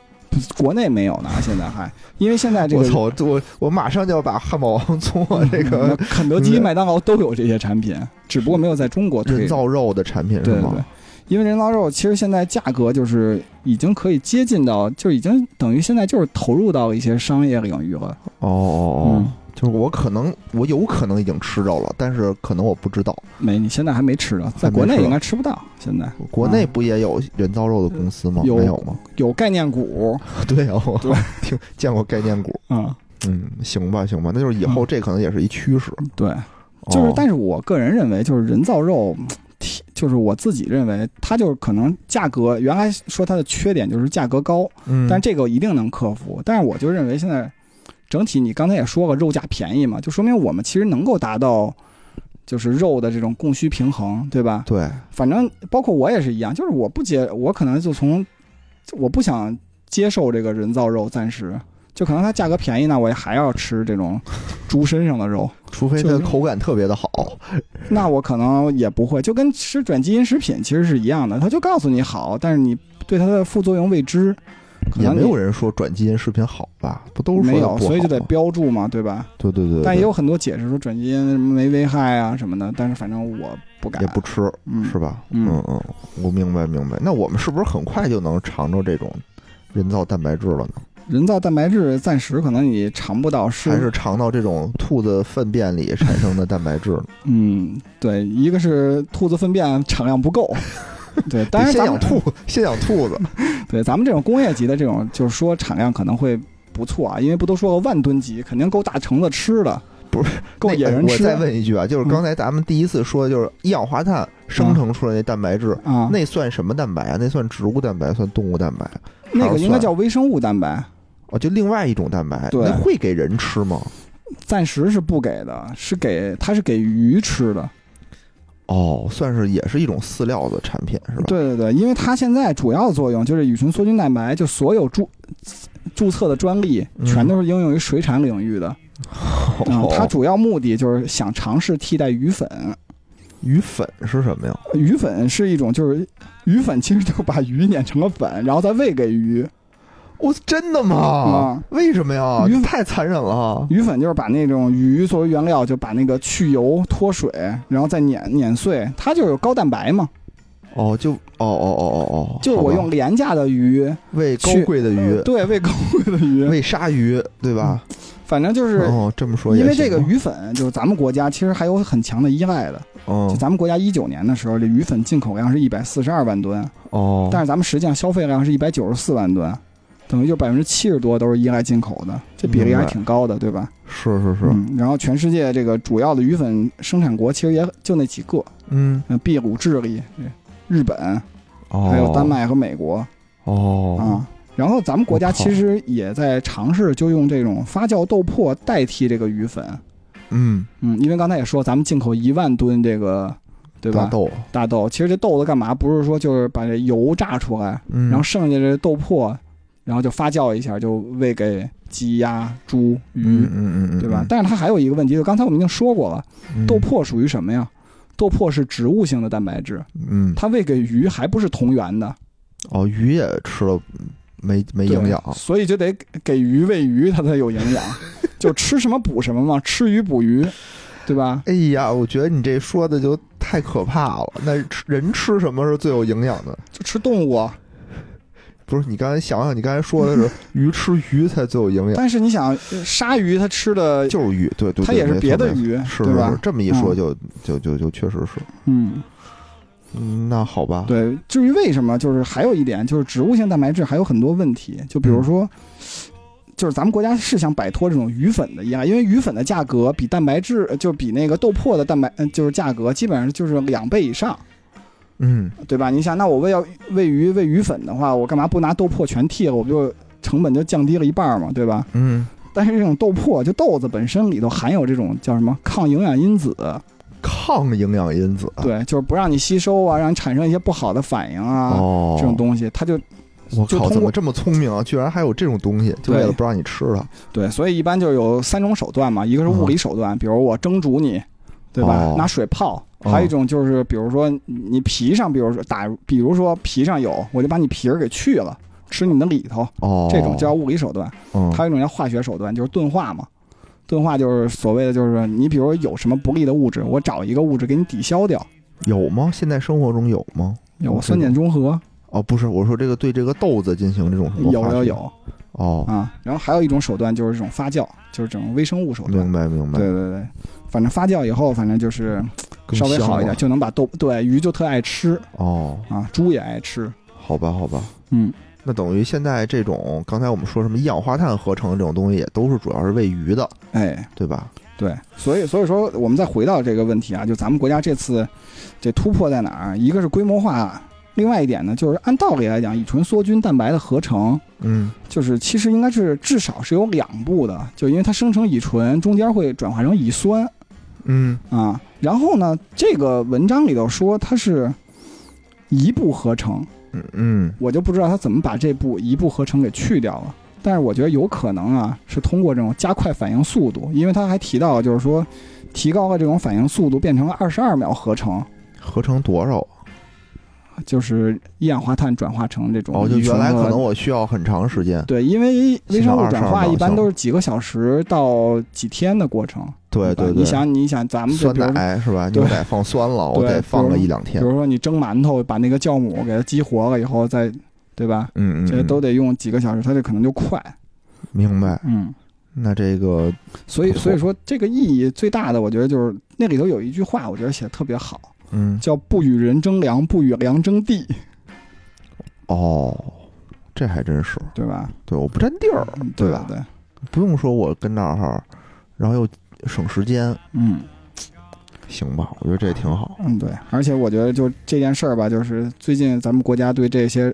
Speaker 2: 国内没有呢，现在还因为现在这
Speaker 1: 我
Speaker 2: 个嗯
Speaker 1: 操！我我马上就要把汉堡王从我这
Speaker 2: 那
Speaker 1: 个
Speaker 2: 肯德基、麦当劳都有这些产品，嗯只不过没有在中国推。
Speaker 1: 人造肉的产品
Speaker 2: 嗯对
Speaker 1: 是
Speaker 2: 对
Speaker 1: 吗
Speaker 2: 对？，因为人造肉其实现在价格就是已经可以接近到，就已经等于现在就是投入到一些商业领域了。
Speaker 1: 哦哦
Speaker 2: 嗯
Speaker 1: 哦，，就是我可能我有可能已经吃肉了，但是可能我不知道。
Speaker 2: 没，你现在还没吃到，在
Speaker 1: 还没
Speaker 2: 国内
Speaker 1: 吃到
Speaker 2: 应该吃不到。现在
Speaker 1: 国内不也有人造肉的公司吗？
Speaker 2: 啊有
Speaker 1: 没有吗？
Speaker 2: 有概念股，
Speaker 1: 对啊，我
Speaker 2: 对
Speaker 1: 听见过概念股。
Speaker 2: 嗯，
Speaker 1: 嗯，行吧，行吧，那就是以后这可能也是一趋势。
Speaker 2: 对，嗯就是
Speaker 1: 哦，
Speaker 2: 但是我个人认为，就是人造肉。嗯提就是我自己认为，它就是可能价格原来说它的缺点就是价格高，
Speaker 1: 嗯
Speaker 2: 但这个一定能克服。但是我就认为现在整体，你刚才也说了，肉价便宜嘛，就说明我们其实能够达到就是肉的这种供需平衡，对吧？
Speaker 1: 对，
Speaker 2: 反正包括我也是一样，就是我不接，我可能就从我不想接受这个人造肉，暂时就可能它价格便宜呢，我也还要吃这种猪身上的肉，
Speaker 1: 除非它
Speaker 2: 就是
Speaker 1: 的口感特别的好。
Speaker 2: 那我可能也不会，就跟吃转基因食品其实是一样的，它就告诉你好，但是你对它的副作用未知，可
Speaker 1: 也
Speaker 2: 能
Speaker 1: 没
Speaker 2: 你
Speaker 1: 有人说转基因食品好吧？不都是
Speaker 2: 没
Speaker 1: 说它
Speaker 2: 有，
Speaker 1: 不好
Speaker 2: 所以就得
Speaker 1: 吗
Speaker 2: 标注嘛，对吧？
Speaker 1: 对对对对，
Speaker 2: 但也
Speaker 1: 对
Speaker 2: 有很多解释说转基因什么没危害啊什么的，但是反正我不敢，
Speaker 1: 也不吃
Speaker 2: 嗯
Speaker 1: 是吧？
Speaker 2: 嗯
Speaker 1: 嗯嗯，我明白明白。那我们是不是很快就能尝着这种人造蛋白质了呢？
Speaker 2: 人造蛋白质暂时可能你尝不到是，
Speaker 1: 还是尝到这种兔子粪便里产生的蛋白质呢？
Speaker 2: 嗯，对，一个是兔子粪便产量不 够，对， 当然
Speaker 1: 先
Speaker 2: 咱
Speaker 1: 养
Speaker 2: 们
Speaker 1: 兔，先养兔子。
Speaker 2: 对咱们这种工业级的这种，就是说产量可能会不错啊，因为不都说了万吨级，肯定够大橙子吃的，
Speaker 1: 不
Speaker 2: 是够
Speaker 1: 那
Speaker 2: 野人
Speaker 1: 我
Speaker 2: 吃
Speaker 1: 再问一句啊，就是
Speaker 2: 嗯
Speaker 1: 刚才咱们第一次说的就是一氧化碳生成出来那蛋白质，
Speaker 2: 啊，
Speaker 1: 那算什么蛋白啊？那算植物蛋白，算动物蛋白？
Speaker 2: 那
Speaker 1: 还
Speaker 2: 个
Speaker 1: 是
Speaker 2: 应该
Speaker 1: 算
Speaker 2: 叫微生物蛋白，
Speaker 1: 哦，就另外一种蛋白，
Speaker 2: 对
Speaker 1: 那会给人吃吗？
Speaker 2: 暂时是不给的，是给它是给鱼吃的。
Speaker 1: 哦，算是也是一种饲料的产品是 吧？
Speaker 2: 对对对，因为它现在主要的作用就是乙醇梭菌蛋白，就所有注注册的专利
Speaker 1: 嗯
Speaker 2: 全都是应用于水产领域的。嗯
Speaker 1: 哦，
Speaker 2: 它主要目的就是想尝试替代鱼粉。
Speaker 1: 鱼粉是什么呀？
Speaker 2: 鱼粉是一种就是鱼粉，其实就把鱼碾成了粉，然后再喂给鱼。
Speaker 1: 我、哦真的吗
Speaker 2: 啊？
Speaker 1: 为什么呀？
Speaker 2: 鱼
Speaker 1: 太残忍了！啊
Speaker 2: 鱼粉就是把那种鱼作为原料，就把那个去油、脱水，然后再碾碾碎，它就有高蛋白嘛。
Speaker 1: 哦，就哦哦哦哦哦，
Speaker 2: 就
Speaker 1: 好吧
Speaker 2: 我用廉价的鱼，
Speaker 1: 喂高
Speaker 2: 去
Speaker 1: 贵的鱼
Speaker 2: 呃，对，喂高贵的鱼，
Speaker 1: 喂鲨鱼，对吧？
Speaker 2: 反正嗯就是。
Speaker 1: 哦，这么说也
Speaker 2: 因为
Speaker 1: 行
Speaker 2: 这个
Speaker 1: 吧，
Speaker 2: 鱼粉，就是咱们国家其实还有很强的依赖的。就
Speaker 1: 嗯
Speaker 2: 咱们国家一九年的时候，这鱼粉进口量是一百四十二万吨，
Speaker 1: 哦，
Speaker 2: 但是咱们实际上消费量是一百九十四万吨，等于就百分之七十多都是依赖进口的，这比例还挺高的，对吧？
Speaker 1: 是是是，
Speaker 2: 嗯。然后全世界这个主要的鱼粉生产国其实也就那几个，呃
Speaker 1: 嗯，
Speaker 2: 嗯，秘鲁、智利、日本，
Speaker 1: 哦，
Speaker 2: 还有丹麦和美国啊、
Speaker 1: 哦，
Speaker 2: 然后咱们国家
Speaker 1: 我靠
Speaker 2: 其实也在尝试就用这种发酵豆粕代替这个鱼粉，
Speaker 1: 嗯，
Speaker 2: 嗯，因为刚才也说咱们进口一万吨这个，对
Speaker 1: 大
Speaker 2: 吧？
Speaker 1: 豆，
Speaker 2: 大豆，其实这豆子干嘛？不是说就是把这油榨出来，
Speaker 1: 嗯，
Speaker 2: 然后剩下这豆粕，然后就发酵一下，就喂给鸡鸭、猪、
Speaker 1: 嗯
Speaker 2: 鱼，
Speaker 1: 嗯嗯，
Speaker 2: 对吧？但是它还有一个问题，就刚才我们已经说过了，
Speaker 1: 嗯
Speaker 2: 豆，粕属于什么呀？豆粕是植物性的蛋白质，
Speaker 1: 嗯，
Speaker 2: 它喂给鱼还不是同源的，
Speaker 1: 哦，鱼也吃了没没
Speaker 2: 对
Speaker 1: 营养，
Speaker 2: 所以就得给鱼喂鱼，它才有营 养。就吃什么补什么嘛，吃鱼补鱼，对吧？
Speaker 1: 哎呀，我觉得你这说的就太可怕了。那吃人吃什么是最有营养的？
Speaker 2: 就吃动物啊。
Speaker 1: 不是你刚才想想，你刚才说的 是鱼吃鱼才最有营养，
Speaker 2: 但是你想，呃鲨鱼它吃的，
Speaker 1: 就是鱼，对对，
Speaker 2: 它
Speaker 1: 对
Speaker 2: 也是
Speaker 1: 没错
Speaker 2: 别的
Speaker 1: 没错
Speaker 2: 鱼，
Speaker 1: 是
Speaker 2: 对
Speaker 1: 是
Speaker 2: 吧
Speaker 1: 是，？这么一说就就就就确实是，
Speaker 2: 嗯，
Speaker 1: 嗯，那好吧，
Speaker 2: 对。至于为什么，就是还有一点，就是植物性蛋白质还有很多问题，就比如说，
Speaker 1: 嗯
Speaker 2: 就是咱们国家是想摆脱这种鱼粉的依赖，因为鱼粉的价格比蛋白质，呃就比那个豆粕的蛋白，呃就是价格基本上就是两倍以上，
Speaker 1: 嗯，
Speaker 2: 对吧？你想，那我喂要喂鱼喂鱼粉的话，我干嘛不拿豆粕全替了？我不就成本就降低了一半嘛，对吧？
Speaker 1: 嗯
Speaker 2: 但是这种豆粕，就豆子本身里头含有这种叫什么抗营养因子，
Speaker 1: 抗营养因子，
Speaker 2: 对，就是不让你吸收啊，让你产生一些不好的反应啊，
Speaker 1: 哦，
Speaker 2: 这种东西，它就
Speaker 1: 我
Speaker 2: 就
Speaker 1: 靠，
Speaker 2: 通
Speaker 1: 怎么
Speaker 2: 过
Speaker 1: 这么聪明啊？居然还有这种东西，就为了
Speaker 2: 对
Speaker 1: 不让你吃它，
Speaker 2: 对，所以一般就有三种手段嘛，一个是物理手段，比如我蒸煮你，对吧？
Speaker 1: 嗯哦
Speaker 2: 拿水泡。
Speaker 1: 哦
Speaker 2: 还有一种就是，比如说你皮上，比如说打，比如说皮上有，我就把你皮儿给去了，吃你的里头，
Speaker 1: 哦，
Speaker 2: 这种叫物理手段。
Speaker 1: 嗯，
Speaker 2: 还有一种叫化学手段，就是钝化嘛。钝化就是所谓的，就是你比如有什么不利的物质，我找一个物质给你抵消掉。
Speaker 1: 有吗？现在生活中有吗？
Speaker 2: 有
Speaker 1: 我
Speaker 2: 酸碱中和，
Speaker 1: 哦，不是，我说这个对这个豆子进行这种什么
Speaker 2: 有
Speaker 1: 化
Speaker 2: 有
Speaker 1: 学
Speaker 2: 有
Speaker 1: 哦，
Speaker 2: 啊。然后还有一种手段就是这种发酵，就是这种微生物手段。
Speaker 1: 明白明白，
Speaker 2: 啊对对对，反正发酵以后，反正就是
Speaker 1: 更
Speaker 2: 稍微
Speaker 1: 香
Speaker 2: 好一
Speaker 1: 了
Speaker 2: 点，就能把豆对鱼就特爱吃
Speaker 1: 哦，
Speaker 2: 啊，猪也爱吃。
Speaker 1: 好吧好吧，
Speaker 2: 嗯，
Speaker 1: 那等于现在这种刚才我们说什么一氧化碳合成这种东西，也都是主要是喂鱼的，
Speaker 2: 哎，
Speaker 1: 对吧？
Speaker 2: 对，所以所以说，我们再回到这个问题啊，就咱们国家这次这突破在哪儿？啊一个是规模化，另外一点呢，就是按道理来讲，乙醇梭菌蛋白的合成。
Speaker 1: 嗯
Speaker 2: 就是其实应该是至少是有两步的，就因为它生成乙醇中间会转化成乙酸，
Speaker 1: 嗯
Speaker 2: 啊，然后呢，这个文章里头说它是一步合成，
Speaker 1: 嗯嗯，
Speaker 2: 我就不知道它怎么把这步一步合成给去掉了。但是我觉得有可能啊，是通过这种加快反应速度，因为它还提到就是说，提高了这种反应速度变成了二十二秒合成，
Speaker 1: 合成多少？
Speaker 2: 就是一氧化碳转化成这种
Speaker 1: 哦，就
Speaker 2: 乙醇
Speaker 1: 原来可
Speaker 2: 和
Speaker 1: 能我需要很长时间，
Speaker 2: 对，因为微生物转
Speaker 1: 22秒
Speaker 2: 化一般
Speaker 1: 效
Speaker 2: 都是几个小时到几天的过程。
Speaker 1: 对
Speaker 2: 吧
Speaker 1: 对
Speaker 2: 你
Speaker 1: 对，
Speaker 2: 想，你想咱们就
Speaker 1: 酸
Speaker 2: 比如
Speaker 1: 奶是吧？
Speaker 2: 对
Speaker 1: 牛奶放酸了，我
Speaker 2: 对
Speaker 1: 得放
Speaker 2: 比
Speaker 1: 个
Speaker 2: 如
Speaker 1: 一两天
Speaker 2: 比，如说你蒸馒头，把那个酵母给它激活了以后再，对吧？
Speaker 1: 嗯嗯，
Speaker 2: 这
Speaker 1: 嗯
Speaker 2: 都得用几个小时，它这可能就快。
Speaker 1: 明白。
Speaker 2: 嗯，
Speaker 1: 那这个
Speaker 2: 所以
Speaker 1: 不错
Speaker 2: 所以说这个意义最大的，我觉得就是那里头有一句话，我觉得写的特别好，
Speaker 1: 嗯
Speaker 2: 叫“不与人争粮，不与粮争地
Speaker 1: 哦，这还真是”，
Speaker 2: 对吧？
Speaker 1: 对，我不占地儿，
Speaker 2: 嗯
Speaker 1: 对啊
Speaker 2: 对
Speaker 1: 吧
Speaker 2: 对，
Speaker 1: 不用说我跟那儿，然后又省时间，
Speaker 2: 嗯
Speaker 1: 行吧？我觉得这挺好。
Speaker 2: 嗯对。而且我觉得就这件事儿吧，就是最近咱们国家对这些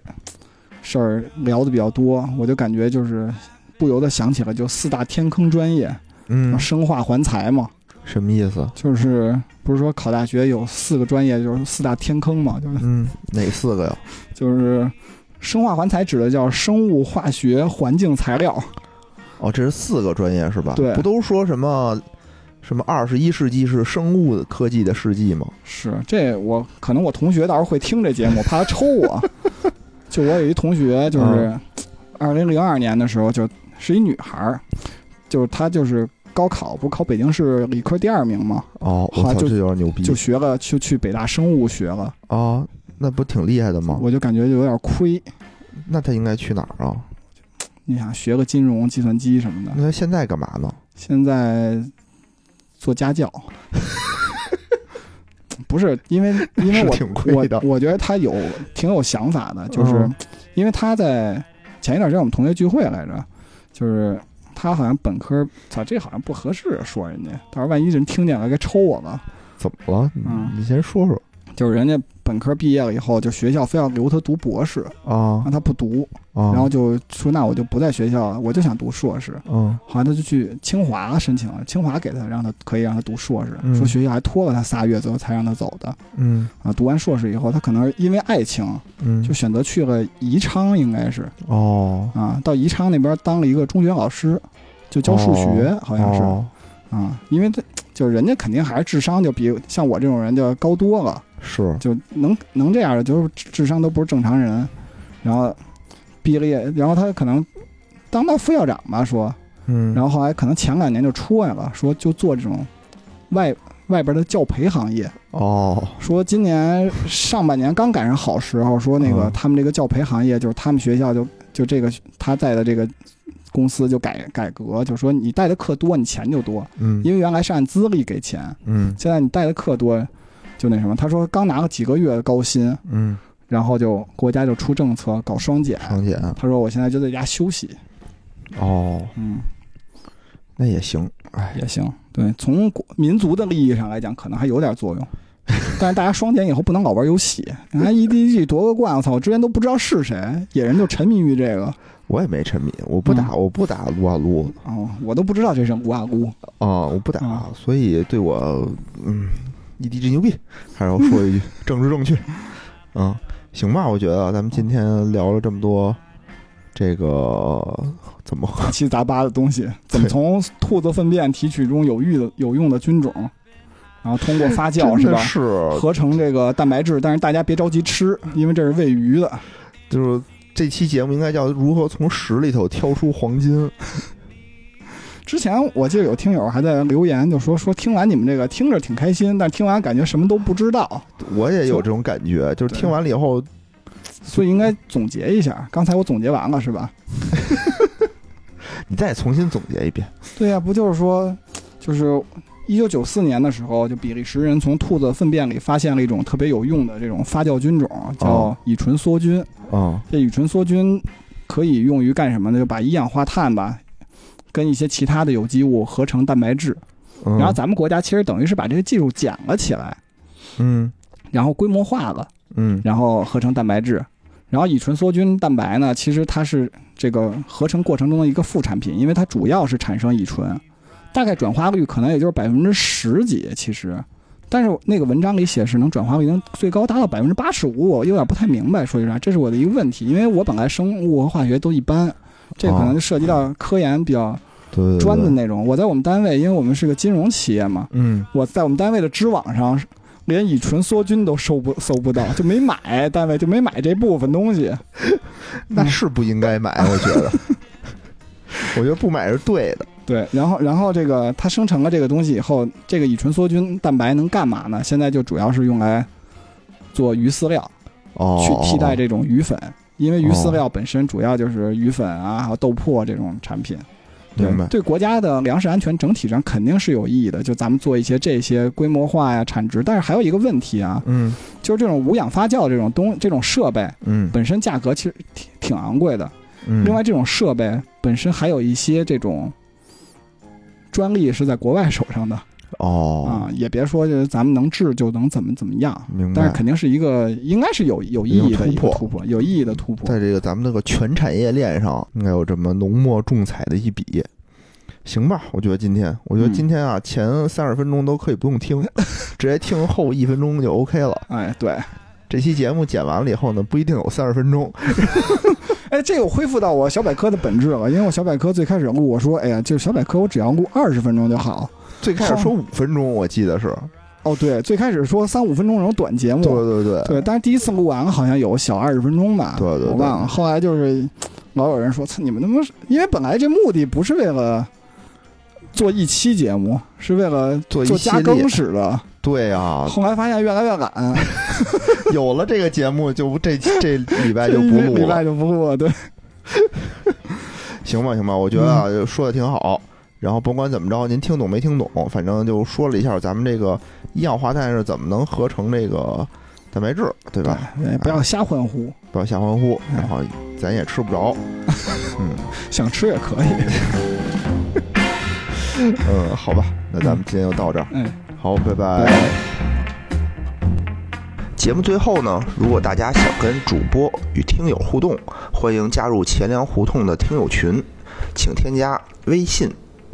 Speaker 2: 事儿聊的比较多，我就感觉就是不由得想起了就四大天坑专业，
Speaker 1: 嗯，
Speaker 2: 生化环材嘛。
Speaker 1: 什么意思？
Speaker 2: 就是不是说考大学有四个专业，就是四大天坑嘛？就是
Speaker 1: 嗯，哪四个呀？
Speaker 2: 就是生化环材指的叫生物化学环境材料，
Speaker 1: 哦，这是四个专业是吧？
Speaker 2: 对
Speaker 1: 不都说什么什么二十一世纪是生物科技的世纪吗？
Speaker 2: 是这我可能我同学到时候会听这节目，怕他抽我。 就我有一同学，就是二零零二年的时候，就是一女孩儿，就是她就是高考不是考北京市理科第二名嘛，
Speaker 1: 哦，我
Speaker 2: 好
Speaker 1: 操，
Speaker 2: 就
Speaker 1: 这有点牛逼
Speaker 2: 就学了就去北大生物学了，
Speaker 1: 啊！那不挺厉害的吗？
Speaker 2: 我就感觉有点亏。
Speaker 1: 那他应该去哪儿啊？
Speaker 2: 你想学个金融、计算机什么的，
Speaker 1: 那他现在干嘛呢？
Speaker 2: 现在做家教， 不是因为因为
Speaker 1: 是
Speaker 2: 我
Speaker 1: 挺亏的
Speaker 2: 我我觉得他有挺有想法的，就是
Speaker 1: 嗯
Speaker 2: 因为他在前一段时间我们同学聚会来着，就是他好像本科，操，这好像不合适说人家，到时候万一人听见了该抽我了。
Speaker 1: 怎么了？
Speaker 2: 嗯
Speaker 1: 你先说说。
Speaker 2: 就是人家本科毕业了以后，就学校非要留他读博士，
Speaker 1: 啊
Speaker 2: 让他不读，
Speaker 1: 啊，
Speaker 2: 然后就说那我就不在学校了，我就想读硕士。
Speaker 1: 嗯
Speaker 2: 好像他就去清华申请了，清华给他让他可以让他读硕士，
Speaker 1: 嗯
Speaker 2: 说学校还拖了他仨月，最后才让他走的。
Speaker 1: 嗯
Speaker 2: 啊，读完硕士以后，他可能因为爱情，
Speaker 1: 嗯，
Speaker 2: 就选择去了宜昌，应该是
Speaker 1: 哦，
Speaker 2: 啊，到宜昌那边当了一个中学老师，就教数学，好像是、
Speaker 1: 哦
Speaker 2: 啊，因为这就人家肯定还是智商就比像我这种人就高多了，
Speaker 1: 是
Speaker 2: 就能能这样的，就是智智商都不是正常人，然后毕了业，然后他可能当到副校长吧，说，
Speaker 1: 嗯，
Speaker 2: 然
Speaker 1: 后
Speaker 2: 后后来可能前两年就出来了，说就做这种外外边的教培行业。
Speaker 1: 哦
Speaker 2: 说今年上半年刚赶上好时候，说那个
Speaker 1: 嗯
Speaker 2: 他们这个教培行业就是他们学校就就这个他在的这个公司就改改革，就说你带的课多，你钱就多，
Speaker 1: 嗯
Speaker 2: 因为原来是按资历给钱，
Speaker 1: 嗯
Speaker 2: 现在你带的课多就那什么。他说刚拿了几个月的高薪，
Speaker 1: 嗯，
Speaker 2: 然后就国家就出政策搞双减。
Speaker 1: 常见
Speaker 2: 他说我现在就在家休息，
Speaker 1: 哦，
Speaker 2: 嗯，
Speaker 1: 那也行，哎，
Speaker 2: 也行。对，从国民族的利益上来讲，可能还有点作用。 但是大家双减以后不能老玩游戏，你看 EDG 夺个冠，我操！我之前都不知道是谁，野人就沉迷于这个，
Speaker 1: 我也没沉迷，我不
Speaker 2: 嗯
Speaker 1: 打，我不打撸啊撸
Speaker 2: 哦，我都不知道这是无阿姑，
Speaker 1: 啊，我不打，
Speaker 2: 嗯
Speaker 1: 所以对我嗯，EDG 牛逼，还是要说 一句政治正确，嗯，行吧，我觉得咱们今天聊了这么多，这个怎么
Speaker 2: 杂七杂八的东西，怎么从兔子粪便提取中有益的有用的菌种，然后通过发酵
Speaker 1: 真
Speaker 2: 是
Speaker 1: 的
Speaker 2: 吧，
Speaker 1: 是
Speaker 2: 合成这个蛋白质，但是大家别着急吃，因为这是喂鱼的。
Speaker 1: 就是这期节目应该叫如何从屎里头挑出黄金。
Speaker 2: 之前我记得有听友还在留言，就说说听完你们这个听着挺开心，但听完感觉什么都不知道，
Speaker 1: 我也有这种感觉，就是听完了以后，
Speaker 2: 所以应该总结一下。刚才我总结完了是吧？
Speaker 1: 你再重新总结一遍。
Speaker 2: 对呀、不就是说，就是一九九四年的时候，就比利时人从兔子粪便里发现了一种特别有用的这种发酵菌种，叫
Speaker 1: 哦
Speaker 2: 乙醇梭菌。
Speaker 1: 嗯
Speaker 2: 这乙醇梭菌可以用于干什么呢？就把一氧化碳吧。跟一些其他的有机物合成蛋白质，
Speaker 1: 嗯，
Speaker 2: 然后咱们国家其实等于是把这个技术捡了起来，
Speaker 1: 嗯
Speaker 2: 然后规模化了，
Speaker 1: 嗯
Speaker 2: 然后合成蛋白质。然后乙醇梭菌蛋白呢，其实它是这个合成过程中的一个副产品，因为它主要是产生乙醇，大概转化率可能也就是百分之十几，其实。但是那个文章里显示能转化率能最高达到百分之八十五，我有点不太明白，说句实话，这是我的一个问题，因为我本来生物和化学都一般，这可能就涉及到科研比较
Speaker 1: 对哦对对
Speaker 2: 专的那种。我在我们单位，因为我们是个金融企业嘛，
Speaker 1: 嗯
Speaker 2: 我在我们单位的知网上，连乙醇梭菌都搜不搜不到，就没买，单位就没买这部分东西。
Speaker 1: 那是不 应该买，我觉得。我觉得不买是对的。
Speaker 2: 对，然后然后这个它生成了这个东西以后，这个乙醇梭菌蛋白能干嘛呢？现在就主要是用来做鱼饲料，
Speaker 1: 哦，
Speaker 2: 去替代这种鱼粉，因为鱼饲
Speaker 1: 哦
Speaker 2: 料本身主要就是鱼粉啊，还有豆粕这种产品。对
Speaker 1: 明白。
Speaker 2: 对国家的粮食安全整体上肯定是有意义的。就咱们做一些这些规模化呀、产值，但是还有一个问题啊，
Speaker 1: 嗯
Speaker 2: 就是这种无氧发酵这种东这种设备，啊
Speaker 1: 嗯
Speaker 2: 本身价格其实挺挺昂贵的。
Speaker 1: 嗯。
Speaker 2: 另外，这种设备本身还有一些这种专利是在国外手上的
Speaker 1: 哦，
Speaker 2: 啊，也别说就是咱们能治就能怎么怎么样，
Speaker 1: 明
Speaker 2: 但是
Speaker 1: 白。
Speaker 2: 肯定是一个应该是有有意义的
Speaker 1: 一
Speaker 2: 一
Speaker 1: 个突破嗯
Speaker 2: 个突破，有意义的突破。
Speaker 1: 在这个咱们那个全产业链上，应该有这么浓墨重彩的一笔。行吧，我觉得今天，我觉得今天
Speaker 2: 嗯
Speaker 1: 啊，前三十分钟都可以不用听， 直接听后一分钟就 OK 了。
Speaker 2: 哎，对，
Speaker 1: 这期节目剪完了以后呢，不一定有三十分钟。
Speaker 2: 哎，这个恢复到我小百科的本质了，因为我小百科最开始录，我说，哎呀，这小百科我只要录二十分钟就好。
Speaker 1: 最开始说五分钟，我记得是。
Speaker 2: 哦，对，最开始说三五分钟那种短节
Speaker 1: 对
Speaker 2: 目，
Speaker 1: 对对，
Speaker 2: 对，但是第一次录完了好像有小二十分钟吧，
Speaker 1: 对对对
Speaker 2: 我忘了。后来就是老有人说，操，你们他妈是，因为本来这目的不是为了做一期节目，是为了
Speaker 1: 做一
Speaker 2: 做加
Speaker 1: 系列
Speaker 2: 更使的。
Speaker 1: 对啊，
Speaker 2: 后来发现越来越懒，
Speaker 1: 有了这个节目就不这这礼 拜就不
Speaker 2: 这一礼
Speaker 1: 录了
Speaker 2: 拜，就不录了，对，
Speaker 1: 行吧行吧，我觉得啊说的挺好。然后甭管怎么着，您听懂没听懂，反正就说了一下咱们这个一氧化碳是怎么能合成这个蛋白质，对吧？
Speaker 2: 对，不要瞎欢呼，
Speaker 1: 不要瞎欢呼，
Speaker 2: 哎
Speaker 1: 然后咱也吃不着。嗯
Speaker 2: 想吃也可以。
Speaker 1: 嗯，好吧，那咱们今天就到这儿，
Speaker 2: 哎，
Speaker 1: 好，拜
Speaker 2: 拜拜
Speaker 1: 节目最后呢，如果大家想跟主播与听友互动，欢迎加入钱粮胡同的听友群，请添加微信“